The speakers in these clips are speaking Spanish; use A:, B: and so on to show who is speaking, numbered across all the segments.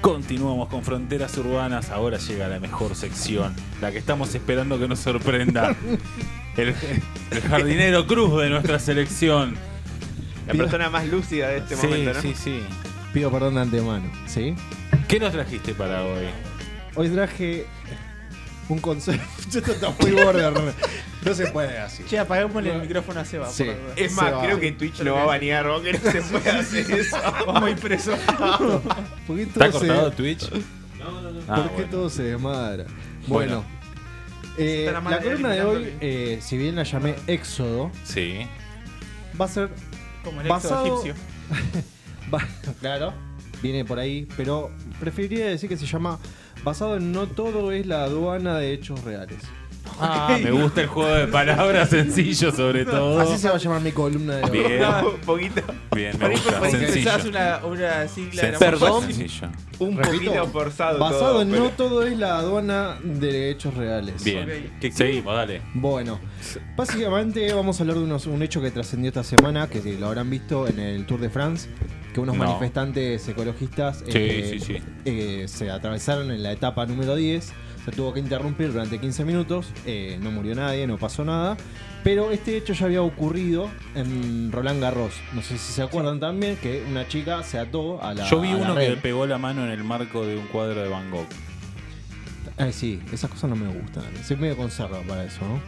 A: Continuamos con Fronteras Urbanas. Ahora llega la mejor sección, la que estamos esperando que nos sorprenda. El, el jardinero cruz de nuestra selección.
B: La persona más lúcida de este
A: sí,
B: momento, ¿no?
A: sí, sí.
C: Pido perdón de antemano, ¿sí?
A: ¿Qué nos trajiste para hoy?
C: Hoy traje un concepto. Esto está muy border. No se puede así.
D: Che, apagámosle el
C: No.
D: micrófono a Seba.
C: Sí.
D: por favor.
B: Es
C: Se
B: más,
C: va.
B: creo que Twitch lo va a banear, ¿no? que no se puede hacer eso.
D: Vamos impreso.
C: ¿Por qué
A: ¿Está
C: todo se-
A: cortado Twitch? Ah,
C: ¿Por qué
A: bueno.
C: todo se desmadra?
A: Bueno.
C: Bueno. Eh,
D: Está la madre
C: la columna de hoy,
D: alimentándole.
C: eh, si bien la llamé Éxodo,
A: Sí.
C: va a ser.
D: Como el
C: Basado-
D: éxodo egipcio.
C: va- claro, viene por ahí, pero preferiría decir que se llama Basado en No Todo es la aduana de hechos reales.
A: Ah, me gusta el juego de palabras sencillo, sobre todo.
C: Así se va a llamar mi columna de hoy.
A: Bien.
B: Eh, Un poquito,
A: Bien, me
D: Por ahí por
A: gusta.
D: ahí usás
A: Sencillo.
D: una, una sigla de la
A: Sen-
D: Morfo.
A: Sencillo.
B: un
C: Repito,
B: poquito forzado.
C: Basado
B: todo,
C: en
B: pero-
C: No Todo es la aduana de hechos reales.
A: Bien. Seguimos, dale.
C: Bueno, básicamente vamos a hablar de unos- un hecho que trascendió esta semana, que sí, lo habrán visto en el Tour de France, que unos
A: No.
C: manifestantes ecologistas
A: sí, sí.
C: eh, se atravesaron en la etapa número 10, se tuvo que interrumpir durante 15 minutos, eh, no murió nadie, no pasó nada, pero este hecho ya había ocurrido en Roland Garros, no sé si se acuerdan también, que una chica se ató a la...
A: Yo vi
C: a la
A: uno que
C: red.
A: le pegó la mano en el marco de un cuadro de Van Gogh.
C: Ay, sí, esas cosas no me gustan, soy medio conserva para eso, ¿no?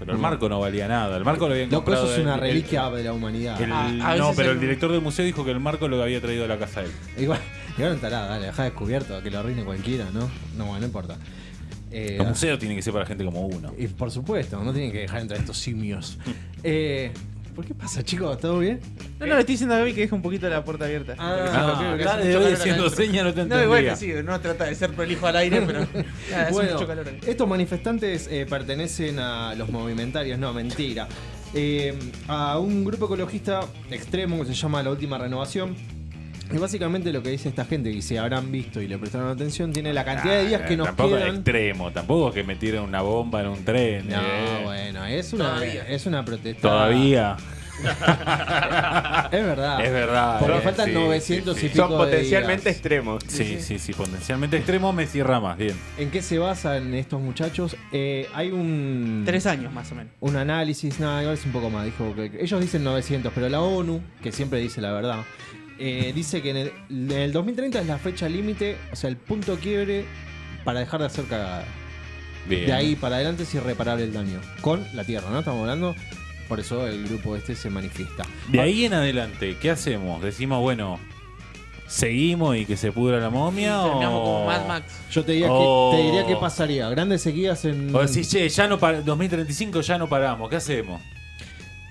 A: Pero el marco no valía nada. El marco lo habían
C: Mm. Loco,
A: comprado.
C: eso es una
A: el- el-
C: reliquia de la humanidad.
A: el-
D: A- a
A: no,
D: veces
A: pero
D: el-
A: el director del museo dijo que el marco lo había traído a la casa de él.
C: Igual, igual no tarada, dale, dejá descubierto, que lo arruine cualquiera, ¿no? No, bueno, no importa. Eh,
A: El museo tiene que ser para gente como uno.
C: y por supuesto, no tienen que dejar entrar estos simios. Eh, ¿Por qué pasa, chicos? ¿Todo bien?
D: No, no, le estoy diciendo a Gaby que deje un poquito la puerta abierta.
C: Ah,
D: Creo que
A: claro,
D: hace mucho
A: yo
D: calor
A: diciendo
D: acá adentro.
A: señas no te
D: No, y bueno,
A: entendía.
D: sí, no trata de ser prolijo al aire, pero nada, Ah, hace
C: Bueno,
D: mucho calor. acá.
C: estos manifestantes eh, pertenecen a los movimentarios, no, mentira. Eh, a un grupo ecologista extremo que se llama La Última Renovación. Y básicamente lo que dice esta gente, y si habrán visto y le prestaron atención, tiene la cantidad de días
A: Ah,
C: que nos
A: tampoco es
C: quedan.
A: extremo, tampoco es que metieron una bomba en un tren.
C: No,
A: eh.
C: bueno, es una,
D: Todavía.
C: es una protesta.
A: Todavía.
C: Es verdad.
A: Es verdad.
C: Porque
A: eh,
C: faltan
A: sí,
C: 900
A: sí,
C: y
A: sí.
C: pico
B: Son
C: de
B: potencialmente
C: días.
B: extremos.
A: Sí, sí, sí, potencialmente extremo, me cierra más, bien.
C: ¿En qué se basan estos muchachos? Eh, hay un.
D: Tres años más o menos.
C: Un análisis, nada, igual es un poco más. Dijo que, ellos dicen 900, pero la ONU, que siempre dice la verdad, eh, dice que en el, en el 2030 es la fecha límite, o sea, el punto quiebre para dejar de hacer cagada.
A: Bien.
C: De ahí para adelante es irreparable el daño. Con la Tierra, ¿no? Estamos hablando. Por eso el grupo este se manifiesta.
A: De ahí en adelante, ¿qué hacemos? Decimos, bueno, ¿seguimos y que se pudra la momia?
D: Terminamos
A: o...
D: como Mad Max.
C: Yo te diría,
A: Oh.
C: que, te diría qué pasaría. Grandes sequías en.
A: O decís, che, ya no par- 2035 ya no paramos, ¿qué hacemos?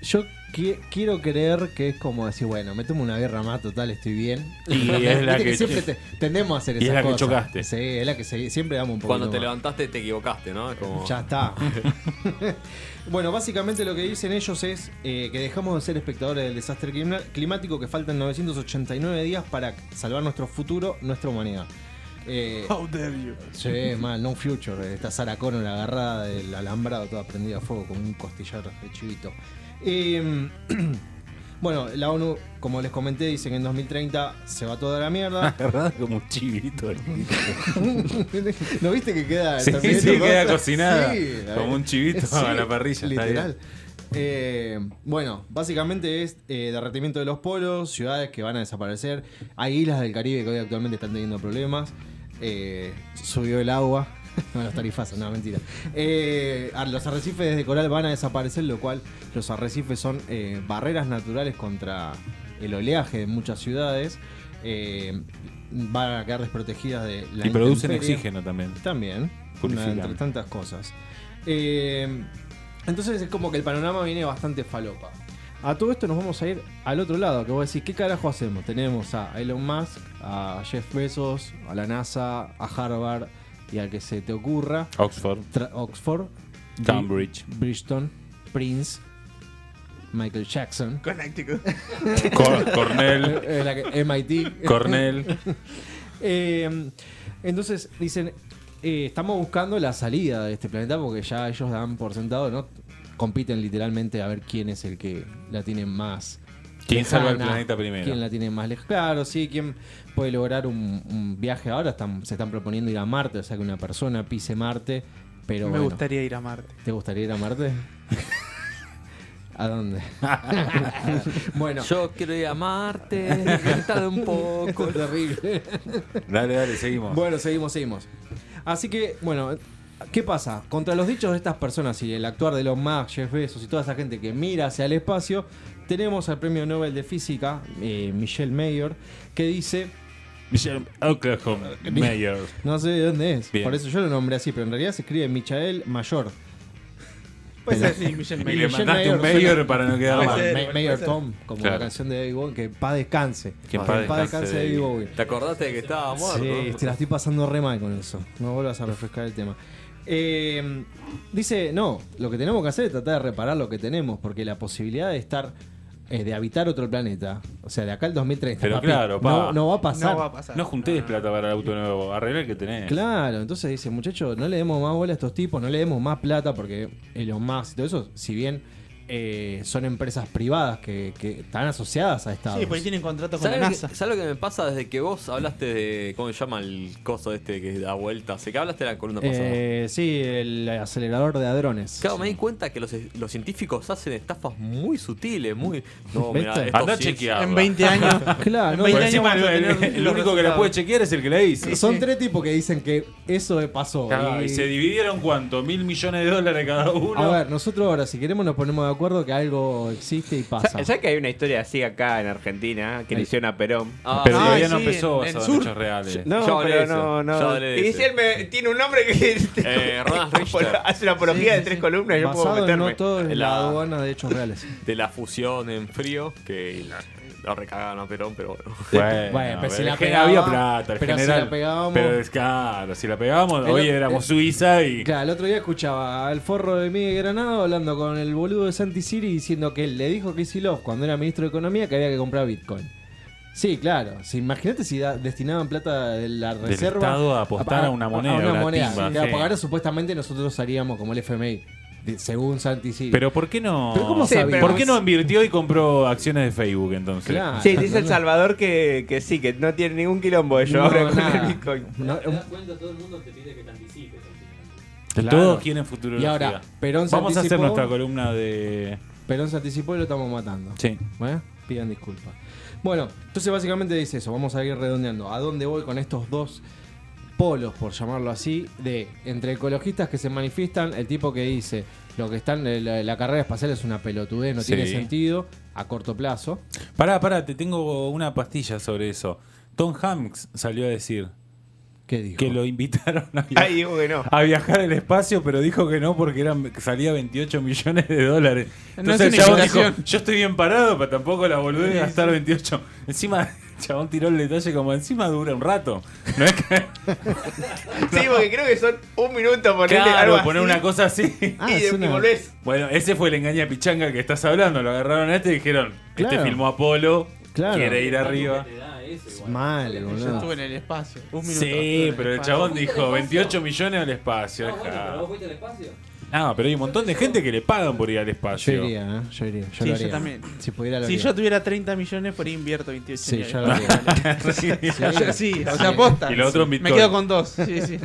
C: Yo qui- quiero creer que es como decir, bueno, me tomo una birra más, total, estoy bien.
A: Y es la
C: Viste
A: que-
C: siempre te- tendemos a hacer
A: Y
C: esas
A: es la que
C: cosas.
A: chocaste.
C: Sí, es la que se- siempre damos un poco.
E: Cuando te levantaste te equivocaste, ¿no? Es Como...
C: Ya está. bueno, básicamente lo que dicen ellos es eh, que dejamos de ser espectadores del desastre clima- climático, que faltan 989 días para salvar nuestro futuro, nuestra humanidad. Eh,
D: How dare you.
C: Sí, mal, no future. eh, Está Sara Connor agarrada del alambrado, toda prendida a fuego con un costillar de chivito. Eh, bueno, la ONU, como les comenté, dice que en 2030 se va toda la mierda.
A: Agarrada como un chivito.
C: ¿No viste que queda?
A: Sí,
C: también
A: sí,
C: otra
A: queda
C: cosa?
A: cocinada.
C: Sí, la
A: Como
C: verdad.
A: un chivito
C: Sí,
A: a la parrilla. está bien.
C: Literal. Eh, bueno, básicamente es eh, derretimiento de los polos, ciudades que van a desaparecer. Hay islas del Caribe que hoy actualmente están teniendo problemas. Eh, subió el agua. No, los tarifazos, no, mentira. Eh, a- los arrecifes de coral van a desaparecer, lo cual los arrecifes son eh, barreras naturales contra el oleaje de muchas ciudades. Eh, van a quedar desprotegidas de la
A: Y producen
C: intemperie.
A: oxígeno también.
C: También,
A: Purifican.
C: una- entre tantas cosas. Eh, entonces es como que el panorama viene bastante falopa. A todo esto nos vamos a ir al otro lado, que vos decís, ¿qué carajo hacemos? Tenemos a Elon Musk, a Jeff Bezos, a la NASA, a Harvard y al que se te ocurra,
A: Oxford,
C: Tra- Oxford, Bri-
A: Cambridge,
C: Bridgeton, Prince, Michael Jackson,
D: Connecticut.
A: Cor- Cornell,
C: eh, la que- MIT,
A: Cornell.
C: Eh, entonces dicen, eh, estamos buscando la salida de este planeta porque ya ellos dan por sentado, ¿no? Compiten literalmente a ver quién es el que la tiene más
A: ¿Quién salva al
C: lejana,
A: planeta primero?
C: ¿Quién la tiene más lejos? Claro, sí, ¿quién puede lograr un, un viaje ahora? Están, se están proponiendo ir a Marte, o sea, que una persona pise Marte, pero
D: Me
C: bueno.
D: gustaría ir a Marte.
C: ¿Te gustaría ir a Marte? ¿A dónde? bueno,
E: Yo quiero ir a Marte, cantar un poco.
C: terrible.
A: Dale, dale, seguimos.
C: Bueno, seguimos, seguimos. Así que, bueno, ¿qué pasa? Contra los dichos de estas personas y el actuar de Elon Musk, Jeff Bezos y toda esa gente que mira hacia el espacio, tenemos al premio Nobel de Física, eh, Michelle Mayor, que dice.
A: Michelle Oklahoma, Mayor.
C: No sé de dónde es,
A: Bien.
C: por eso yo lo nombré así, pero en realidad se escribe Michael Mayor.
D: Puede ser sí, Michelle
A: Y
D: May.
A: le
C: Michelle
A: mandaste un
C: Mayor
A: Mayor para no
C: Ah,
A: quedar
D: puede
A: mal.
D: ser.
C: Ma- Mayor
D: ser.
C: Tom, como la
A: Claro.
C: canción de David Bowie, que paz descanse.
A: Que en paz
C: descanse David Bowie.
E: ¿Te acordaste de que estaba muerto?
C: Sí, te la estoy pasando re mal con eso. No vuelvas a refrescar el tema. Eh, dice, no, lo que tenemos que hacer es tratar de reparar lo que tenemos, porque la posibilidad de estar, eh, de habitar otro planeta, o sea, de acá al 2030,
A: Pero
C: papi,
A: claro, pa.
C: no, no va a pasar.
D: No va a pasar.
A: No juntéis plata para el auto nuevo, arregla el que tenés.
C: Claro, entonces dice, muchachos, no le demos más bola a estos tipos, no le demos más plata, porque Elon Musk y todo eso, si bien eh, son empresas privadas que, que están asociadas a Estados
D: Sí, pues porque tienen contrato con la
E: ¿Sabes lo, que,
D: NASA.
E: sabes lo que me pasa desde que vos hablaste de. ¿Cómo se llama el coso este que da vueltas? Sé que hablaste de la columna pasada.
C: Eh, sí, el acelerador de hadrones.
E: Claro, me di cuenta que los, los científicos hacen estafas muy sutiles, muy. No,
C: ¿Viste?
E: mira,
A: Andá a chequear.
D: En 20 años.
C: Claro,
D: en
C: no,
A: Por
D: 20 años
A: encima,
D: vamos a
A: el,
D: tener
A: el- el
D: los
A: único que la
D: resultados.
A: puede chequear es el que la hizo.
C: Son tres tipos que dicen que eso pasó.
A: Claro,
C: y-
A: y se dividieron cuánto, mil millones de dólares cada uno.
C: A ver, nosotros ahora, si queremos, nos ponemos de acuerdo que algo existe y pasa.
B: ¿Sabes que hay una historia así acá en Argentina que le hicieron a Perón?
E: Ah,
A: Pero
D: Ay,
A: todavía no
D: sí,
A: empezó
D: en-
A: basado
D: en
A: en
D: sur.
A: hechos reales.
E: No,
B: No,
E: hablé de
B: pero
E: ese.
B: no,
E: Yo
B: no.
E: hablé de
B: Y
E: ese.
B: si él me- tiene un nombre que
E: Eh, Ronald Richter.
B: hace una apología de tres columnas, yo puedo
C: Basado en
B: meterme.
C: no todo es la
E: La-
C: aduana de hechos reales.
E: de la fusión en frío, que la, la recagaban a Perón, pero bueno.
A: Bueno,
C: Bueno, pero si la
A: es que
C: pegaba-
A: había plata, el
C: pero si
A: general.
C: la pegábamos-
A: Pero es claro, si la pegábamos,
C: El-
A: hoy éramos
C: el-
A: Suiza y.
C: Claro, el otro día escuchaba al forro de Miguel Granado hablando con el boludo de Santi Siri diciendo que él le dijo a Kicillof cuando era ministro de Economía que había que comprar Bitcoin. Sí, claro. Sí, Imagínate si da- destinaban plata de la reserva
A: Estado a apostar a una moneda,
C: una
A: la
C: moneda.
A: timba,
C: Sí, claro,
A: sí.
C: porque ahora supuestamente nosotros haríamos como el FMI, de- según Santi Siri.
A: Pero ¿por qué no?
C: Pero ¿cómo
B: Sí, sabía?
A: ¿Por qué no invirtió y compró acciones de Facebook entonces?
C: Ah, Claro.
B: Sí, dice El
C: No, no.
B: Salvador que, que sí, que no tiene ningún quilombo ellos
C: No,
B: ahora con
C: nada.
B: el Bitcoin.
C: No, un- Claro.
A: Todos quieren futuro.
C: Y ahora, Perón se
A: Vamos a hacer
C: anticipó.
A: nuestra columna de.
C: Perón se anticipó y lo estamos matando.
A: Sí.
C: ¿Eh? Pidan disculpas. Bueno, entonces básicamente dice eso. Vamos a ir redondeando. ¿A dónde voy con estos dos polos, por llamarlo así, de entre ecologistas que se manifiestan, el tipo que dice lo que están, la, la carrera espacial es una pelotudez, no
A: Sí.
C: tiene sentido a corto plazo.
A: Pará, pará, te tengo una pastilla sobre eso. Tom Hanks salió a decir
C: ¿Qué dijo?
A: que lo invitaron a viajar,
B: Ay, digo que no.
A: a viajar al espacio, pero dijo que no porque eran, que salía 28 millones de dólares.
D: No
A: Entonces
D: es
A: el
D: una
A: chabón dijo,
D: invitación.
A: yo estoy bien parado, pero tampoco la volví a gastar 28. Encima, el chabón tiró el detalle como encima dura un rato. No es que...
B: Sí, porque creo que son un minuto ponerle algo
A: Claro,
B: así,
A: poner una cosa así.
C: Ah,
B: y, de-
C: es
B: y
C: una-
B: volvés.
A: Bueno, ese fue el engaña pichanga que estás hablando. Lo agarraron a este y dijeron,
C: Claro.
A: este filmó Apolo,
C: Claro.
A: quiere ir arriba.
C: Mal,
D: Yo
C: boludo.
D: estuve en el espacio. Un minuto. estuve en
A: Sí, pero el
D: espacio.
A: chabón dijo 28 millones al
D: Ah,
A: espacio. dejá.
F: fuiste al espacio?
A: Ah, pero hay un montón de gente que le pagan por ir al
C: Yo
A: espacio.
C: iría, ¿eh? Yo iría. Yo
D: Sí,
C: lo
D: yo
C: haría.
D: también.
C: Si pudiera lo
D: Si
C: haría.
D: yo tuviera 30 millones, por ahí invierto 28
C: Sí, yo lo
D: millones.
C: haría.
D: O sea, sí, o sea,
C: Sí.
D: posta.
A: Y lo otro en
D: Me
A: Bitcoin.
D: quedo con dos. Sí, sí.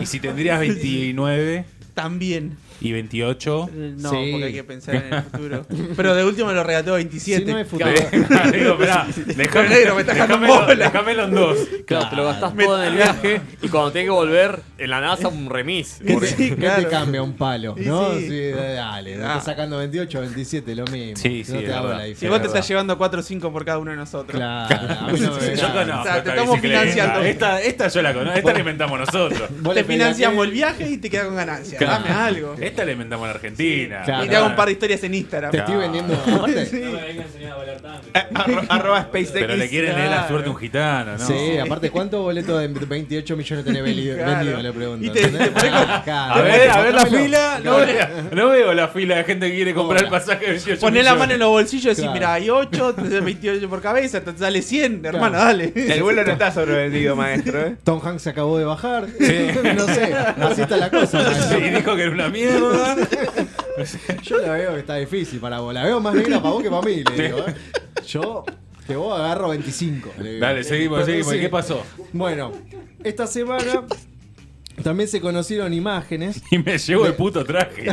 A: Y si tendrías 29
D: También.
A: y 28,
D: Eh, No,
C: Sí.
D: porque hay que pensar en el futuro. Pero de último lo regateo a 27.
C: Si no hay futuro.
A: digo, esperá, dejame-
D: Negro, me está dejando
A: dejámelo-
D: bola. Ah,
A: dejámelo en dos.
E: Claro, te lo gastás todo en el viaje y cuando tenés que volver en la NASA un remis.
D: Que
E: Porque-
D: sí,
C: ¿Qué
D: claro.
C: te Este cambia un palo?
D: Y
C: ¿No? Sí,
D: sí.
C: dale. No
D: Ah.
C: estás sacando 28, 27, lo mismo.
A: Sí, sí,
C: No
A: es
C: te
A: verdad.
C: hago la
A: Si
D: Si
C: diferencia.
D: vos te estás llevando 4 o 5 por cada uno de nosotros.
C: Claro, a mí no me
A: Yo conozco.
D: O sea, te
A: esta
D: estamos
A: bicicleta.
D: financiando.
A: Esta, esta yo la conozco, esta la inventamos nosotros.
C: Vos le
D: Te
C: pedís a
D: financiamos
C: aquel-
D: el viaje y te quedas con ganancias.
A: Claro.
D: Dame algo.
A: Esta la inventamos en Argentina.
C: Claro.
D: y te hago un par de historias en Instagram.
C: Te estoy
A: Claro.
C: vendiendo. Aparte, sí.
D: Sí.
B: Arro- arroba SpaceX.
A: Pero le quieren leer la
D: Claro.
A: suerte a un gitano, ¿no?
C: aparte, ¿cuántos boletos de 28 millones tenés vendido?
D: Claro.
C: vendido, le pregunto.
D: Y te-
C: ¿entendés? Ah,
D: te pones con-
C: Claro.
A: A ver, a ver la
C: Dámelo.
A: fila. No,
C: Claro.
A: veo- no veo la fila de gente que quiere comprar el
C: Hola.
A: pasaje de 28
D: Poné la mano en los bolsillos y decís,
C: Claro.
D: mira, hay 8, te sale 28 por cabeza, te sale 100, hermano,
C: Claro.
D: dale.
B: El vuelo no está sobrevendido, maestro. ¿eh?
C: Tom Hanks se acabó de bajar. no sé, así está la cosa. maestro.
A: Y dijo que era una mierda.
C: Yo la veo que está difícil para vos. La veo más negra para vos que para mí, le digo. ¿eh? Yo te vos agarro 25. le digo.
A: Dale, seguimos, seguimos. ¿Y
C: Sí.
A: qué pasó?
C: Bueno, esta semana también se conocieron imágenes.
A: Y me llevo el puto traje.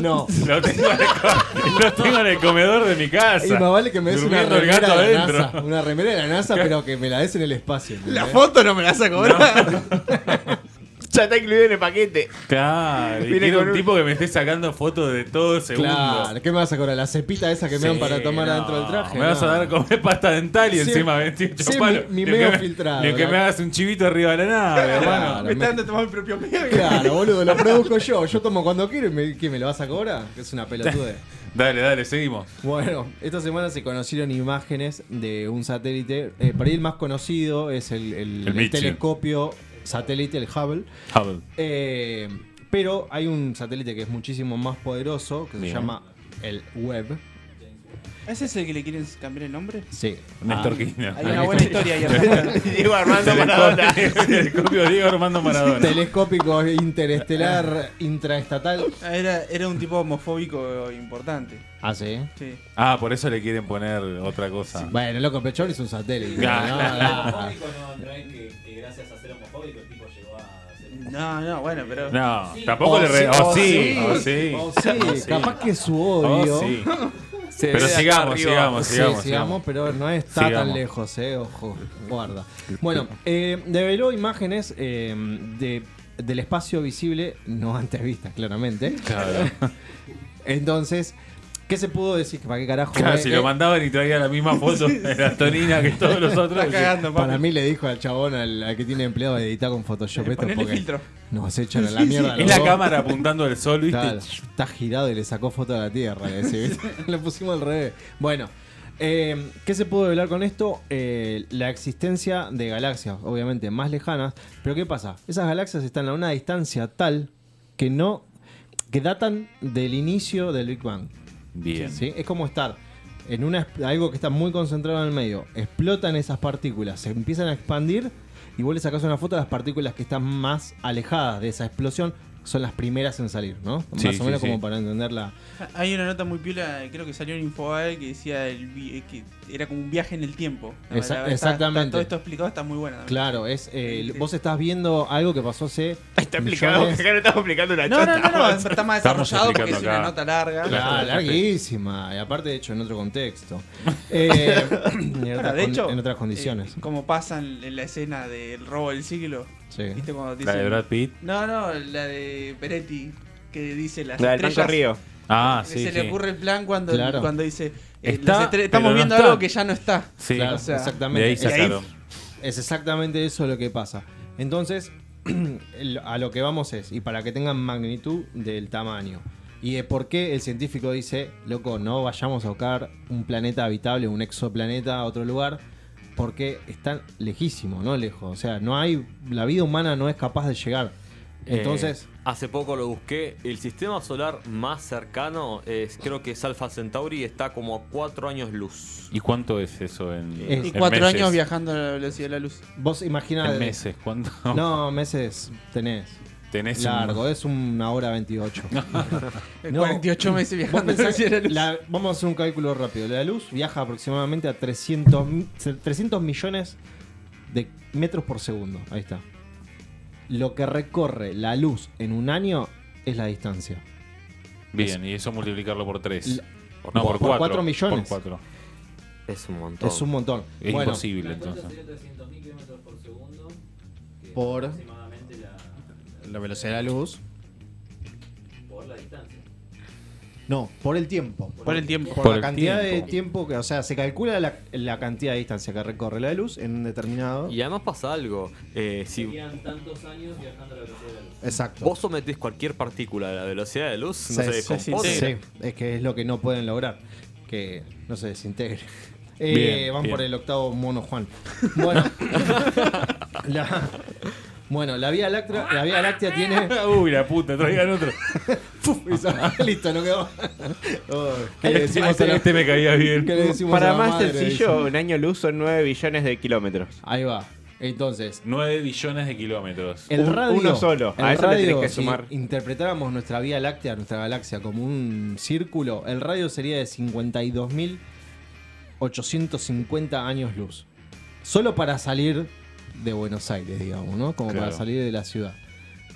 C: No.
A: Lo tengo, en el, co- lo tengo en el comedor de mi casa.
C: Y más vale que me des una
A: Durmiendo el
C: remera
A: gato
C: de la
A: adentro.
C: NASA. Una remera de la NASA, pero que me la des en el espacio.
D: La
C: ¿entendés?
D: foto no me la vas a cobrar.
B: Ya está incluido en el paquete.
A: Claro, y
B: Viene
A: quiero
B: con
A: un
B: un-
A: tipo que me esté sacando fotos de todo segundo.
C: Claro, ¿qué me vas a cobrar? La cepita esa que me dan para tomar
A: no,
C: adentro del traje.
A: Me vas a
C: No.
A: dar a comer pasta dental y
C: Sí,
A: encima 28
C: sí, mi-
A: palos.
C: mi
A: Ni
C: medio
A: que me-
C: filtrado,
A: Ni que
C: la-
A: me hagas un chivito arriba de la nave, hermano.
C: Claro,
D: me está
C: me-
D: dando a tomar mi propio medio.
C: Claro, boludo, lo produzco yo. Yo tomo cuando quiero y me, ¿qué, me lo vas a cobrar. Es una pelotude.
A: Dale, dale, seguimos.
C: Bueno, esta semana se conocieron imágenes de un satélite. eh, por ahí el más conocido es el, el-
A: El
C: el
A: Mitchell.
C: telescopio satélite, el Hubble. Eh, pero hay un satélite que es muchísimo más poderoso, que
A: Bien.
C: se llama el Web.
D: ¿Ese es el que le quieren cambiar el nombre?
C: Sí.
A: Néstor Kirchner.
D: Hay una buena historia ahí atrás.
B: Diego Armando Maradona.
A: Telescopio Diego Armando Maradona.
C: Telescópico interestelar intraestatal.
D: Ah, Era, era un tipo homofóbico importante.
C: Ah, sí.
D: Sí.
A: Ah, por eso le quieren poner otra cosa.
C: Bueno, loco, Pechón es un satélite.
A: Claro.
C: ¿no? Ah,
F: Homofóbico no, no es que, que gracias a ser homofóbico el tipo llegó a ser
D: No, no, bueno, pero.
A: No, tampoco le re...
C: O
A: Oh, sí,
C: sí,
A: oh, sí.
C: o sí, capaz que su odio.
A: Oh, sí.
E: Se
A: Pero
E: ve acá
A: sigamos,
E: arriba.
A: sigamos,
C: Sí,
A: sigamos, sigamos.
C: sigamos, pero no está tan
A: Sigamos.
C: lejos, eh, ojo, guarda. Bueno, eh, develó imágenes eh, de, del espacio visible, no antes vistas, claramente.
A: Claro.
C: Entonces, ¿qué se pudo decir? ¿Para qué carajo?
A: Claro,
C: Eh,
A: si
C: eh,
A: lo mandaban y traía la misma foto de la Antonina que todos los otros.
D: Está cagando, papi.
C: para mí le dijo al chabón, al, al que tiene empleado de editar con Photoshop esto
D: Ponele
C: porque
D: filtro.
C: nos echan a la mierda.
A: Es
C: los
A: la
C: dos.
A: cámara apuntando al sol, ¿viste?
C: Claro, está girado y le sacó foto a la tierra. Le, decís, ¿viste? Le pusimos al revés. Bueno, eh, ¿qué se pudo hablar con esto? Eh, la existencia de galaxias, obviamente más lejanas. Pero ¿qué pasa? Esas galaxias están a una distancia tal que no. que datan del inicio del Big Bang.
A: Bien.
C: ¿sí? Es como estar en una, algo que está muy concentrado en el medio. Explotan esas partículas, se empiezan a expandir y vos le sacás una foto de las partículas que están más alejadas de esa explosión. Son las primeras en salir, ¿no?
A: Sí,
C: más
A: sí,
C: o menos
A: sí.
C: como para entenderla.
D: Hay una nota muy piola, creo que salió en Infobae que decía el vi- que era como un viaje en el tiempo. La
C: Exa-
D: verdad, está-
C: exactamente.
D: está todo esto explicado está muy buena.
C: Claro, es eh,
D: Sí, sí.
C: vos estás viendo algo que pasó hace.
B: Está explicado.
C: millones-
B: Acá no estamos explicando la
D: No, no,
B: chota.
D: no, no, está más
A: Estamos
D: desarrollado porque es
A: explicando
D: una
A: acá.
D: nota larga.
C: Claro, larguísima. Y aparte, de hecho, en otro contexto. Eh, en,
D: Bueno,
C: otras
D: Ah, de
C: con-
D: hecho,
C: en otras condiciones.
D: eh, como pasa en, en la escena del robo del siglo,
C: Sí.
D: ¿viste cuando dicen,
A: La de Brad Pitt.
D: No, no, la de Peretti, que dice las
B: La del
D: estrellas.
B: Banco Río.
A: Ah,
D: que
A: sí.
D: se
A: sí.
D: le ocurre el plan cuando,
C: Claro.
D: cuando dice eh,
A: Está,
D: las estre-
A: pero
D: estamos
A: no
D: viendo
A: está.
D: algo que ya no está.
A: Sí.
C: Claro,
D: o sea,
A: De
C: exactamente.
A: ahí
C: Es-
A: sacaron.
C: Es exactamente eso lo que pasa. Entonces, el- a lo que vamos es, y para que tengan magnitud del tamaño, y de por qué el científico dice, loco, no vayamos a buscar un planeta habitable, un exoplaneta a otro lugar, porque están lejísimos, no lejos. O sea, no hay, la vida humana no es capaz de llegar. Entonces,
E: Eh, hace poco lo busqué. El sistema solar más cercano es, creo que es Alpha Centauri, está como a 4 años luz.
A: ¿Y cuánto es eso en,
C: Es-
D: Y
A: en
D: cuatro
A: meses?
D: años viajando a la velocidad de la luz.
C: vos imaginás...
A: En meses, ¿cuánto
C: No, meses tenés.
A: tenés? un-
C: largo, es una hora 28.
D: Eh,
C: No.
D: 48 meses
C: Vos
D: viajando a la
C: pensás
D: velocidad de la
C: que
D: luz.
C: la- vamos a hacer un cálculo rápido. La luz viaja aproximadamente a 300, mi- 300 millones de metros por segundo. Ahí está. Lo que recorre la luz en un año es la distancia.
A: Bien, y eso multiplicarlo por tres.
C: La-
A: no,
C: por-
A: por,
C: por
A: cuatro.
C: cuatro millones.
A: Por cuatro.
E: Es un montón.
C: Es un montón.
A: Es
C: Bueno,
A: imposible,
F: La cuenta
A: entonces.
F: sería 300.000 kilómetros por segundo. que es
C: Por-
F: Aproximadamente la,
C: La velocidad de la luz.
F: por la distancia.
C: No, por el tiempo.
D: Por el tiempo.
C: Por,
A: Por
C: la
A: el
C: cantidad de
A: tiempo.
C: tiempo que. O sea, se calcula la, la cantidad de distancia que recorre la luz en un determinado.
E: Y además pasa algo. eh, si
F: Serían tantos años viajando a la velocidad de la luz.
C: Exacto.
E: vos sometés cualquier partícula a la velocidad de la luz, no se
C: Sí, sí,
E: descompone.
C: sí, es que es lo que no pueden lograr, que no se desintegre. Eh,
A: Bien,
C: van
A: bien.
C: por el octavo mono Juan. Bueno, la, bueno, la Vía Láctea, la Vía Láctea tiene.
A: Uy, la puta, traigan otro.
C: Fuf, y se- listo, no quedó. Oh, ¿Qué le
A: Este,
C: decimos a la-
A: este me caía
C: qué
A: bien.
C: le decimos a
B: Para
C: la
B: más
C: madre?
B: sencillo,
C: Dice.
B: un año luz son 9 billones de kilómetros.
C: Ahí va. Entonces,
A: 9 billones de kilómetros.
C: El
B: Un-
C: radio,
B: uno solo.
C: el
B: A eso le
C: radio,
B: tenés que
C: si
B: sumar.
C: interpretáramos nuestra Vía Láctea, nuestra galaxia, como un círculo, el radio sería de 52.000 850 años luz. Solo para salir de Buenos Aires, digamos, ¿no? Como
A: Claro.
C: para salir de la ciudad.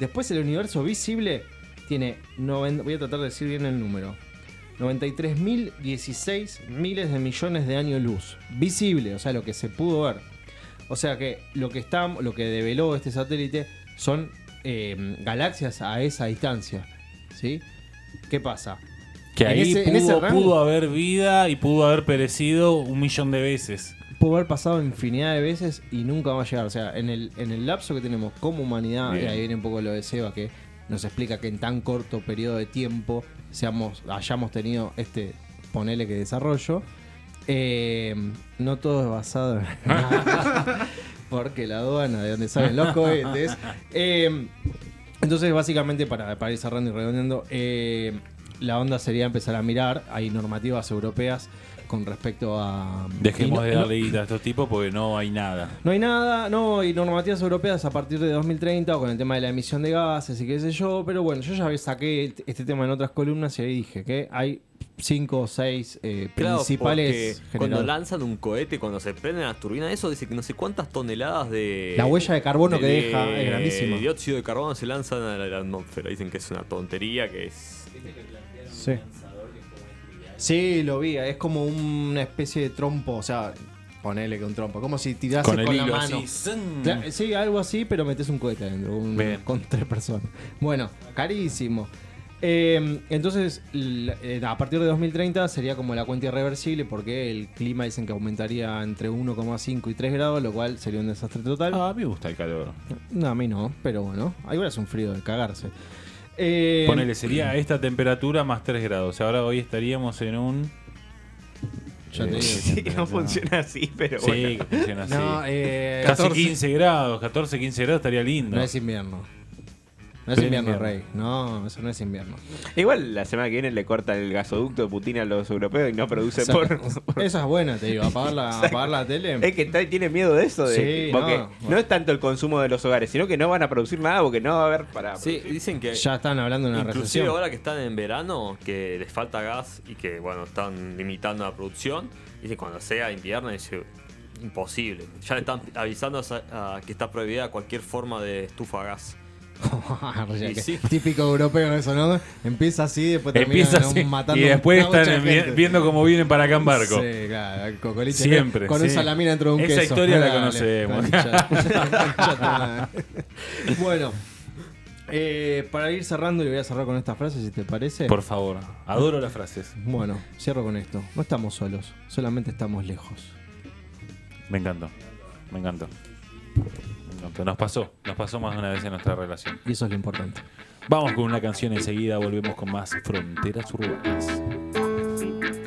C: Después el universo visible tiene, 90 voy a tratar de decir bien el número, 93.016 miles de millones de años luz. Visible, o sea, lo que se pudo ver. O sea que lo que, está, lo que develó este satélite son eh, galaxias a esa distancia. ¿Sí? ¿Qué pasa?
A: Que
C: En
A: ahí
C: ese- en ese
A: pudo,
C: rango.
A: pudo haber vida y pudo haber perecido un millón de veces.
C: pudo haber pasado infinidad de veces y nunca va a llegar. O sea, en el, en el lapso que tenemos como humanidad,
A: Bien.
C: y ahí viene un poco lo de Seba que nos explica que en tan corto periodo de tiempo seamos, hayamos tenido este, ponele que desarrollo. Eh, no todo es basado en... Porque la aduana, de donde salen los cohetes. Eh, entonces, básicamente, para, para ir cerrando y redondeando, eh, la onda sería empezar a mirar. Hay normativas europeas con respecto a. y
A: Dejemos
C: no-
A: de
C: y no-
A: darle guita a estos tipos porque no hay nada.
C: no hay nada, no, y normativas europeas a partir de 2030 con el tema de la emisión de gases y qué sé yo, pero bueno, yo ya saqué el- este tema en otras columnas y ahí dije que hay cinco o seis eh,
E: Claro,
C: principales
E: porque cuando
C: generadores. La,
E: lanzan un cohete, cuando se prenden las turbinas, eso dice que no sé cuántas toneladas de.
C: huella de carbono que
E: de-
C: deja es grandísima.
E: de dióxido de carbono se lanzan a la, la atmósfera. Dicen que es una tontería, que es.
C: Sí. Sí, lo vi, es como una especie de trompo, o sea, ponele que un trompo, como si tirases
A: Con
C: con,
A: el
C: la
A: hilo
C: mano.
A: así. ¡zun!
C: Cla- Sí, algo así, pero metes un cohete adentro, un-
A: Mm. Bien.
C: con tres personas. Bueno, carísimo. Eh, entonces, l- eh, a partir de 2030 sería como la cuenta irreversible porque el clima dicen que aumentaría entre 1,5 y 3 grados, lo cual sería un desastre total.
A: Ah, a mí me gusta el calor.
C: No, a mí no, pero bueno, ahora es un frío de cagarse. Eh,
A: Ponele, sería esta temperatura más 3 grados. Ahora hoy estaríamos en un.
C: ya te digo.
B: Sí, no funciona así, pero
A: Sí,
B: bueno.
A: que funciona así.
C: No, eh,
A: Casi 15 grados, 14, 15 grados estaría lindo.
C: no es invierno. No es
A: Pleno
C: invierno,
A: invierno.
C: Rey. No, eso no es invierno.
B: Igual la semana que viene le cortan el gasoducto de Putin a los europeos y no produce
C: Esa-
B: por...
C: Esa es buena, te digo. Apagar la, apagar la tele.
B: Es que está- tiene miedo de eso. De,
C: Sí,
B: porque
C: no.
B: no, es tanto el consumo de los hogares, sino que no van a producir nada porque no va a haber para...
E: Sí, dicen que.
C: Ya están hablando de una
E: Inclusive
C: recesión.
E: ahora que están en verano, que les falta gas y que bueno, están limitando la producción, dice cuando sea invierno dice imposible. Ya le están avisando a sa- a que está prohibida cualquier forma de estufa a gas.
C: O sea Pues
E: Y
C: que
E: sí.
C: Típico europeo eso, ¿no? Empieza así, después termina
A: Empieza
C: ¿no?
A: así.
C: matando
A: Y después
C: a mucha
A: están vi-
C: gente.
A: viendo cómo vienen para acá en barco.
C: Sí, claro, el cocoliche.
A: Siempre,
C: Con
A: sí.
C: un salamina dentro de un
A: Esa
C: queso.
A: historia la
C: Dale,
A: conocemos.
C: concha- concha tu madre. bueno, eh, para ir cerrando, y voy a cerrar con esta frase, si te parece.
A: Por favor, adoro las frases.
C: Bueno, cierro con esto. No estamos solos, solamente estamos lejos.
A: Me encantó. Me encantó. Me encantó. Nos pasó, nos pasó más de una vez en nuestra relación.
C: Y eso es lo importante.
A: Vamos con una canción enseguida, volvemos con más Fronteras Urbanas.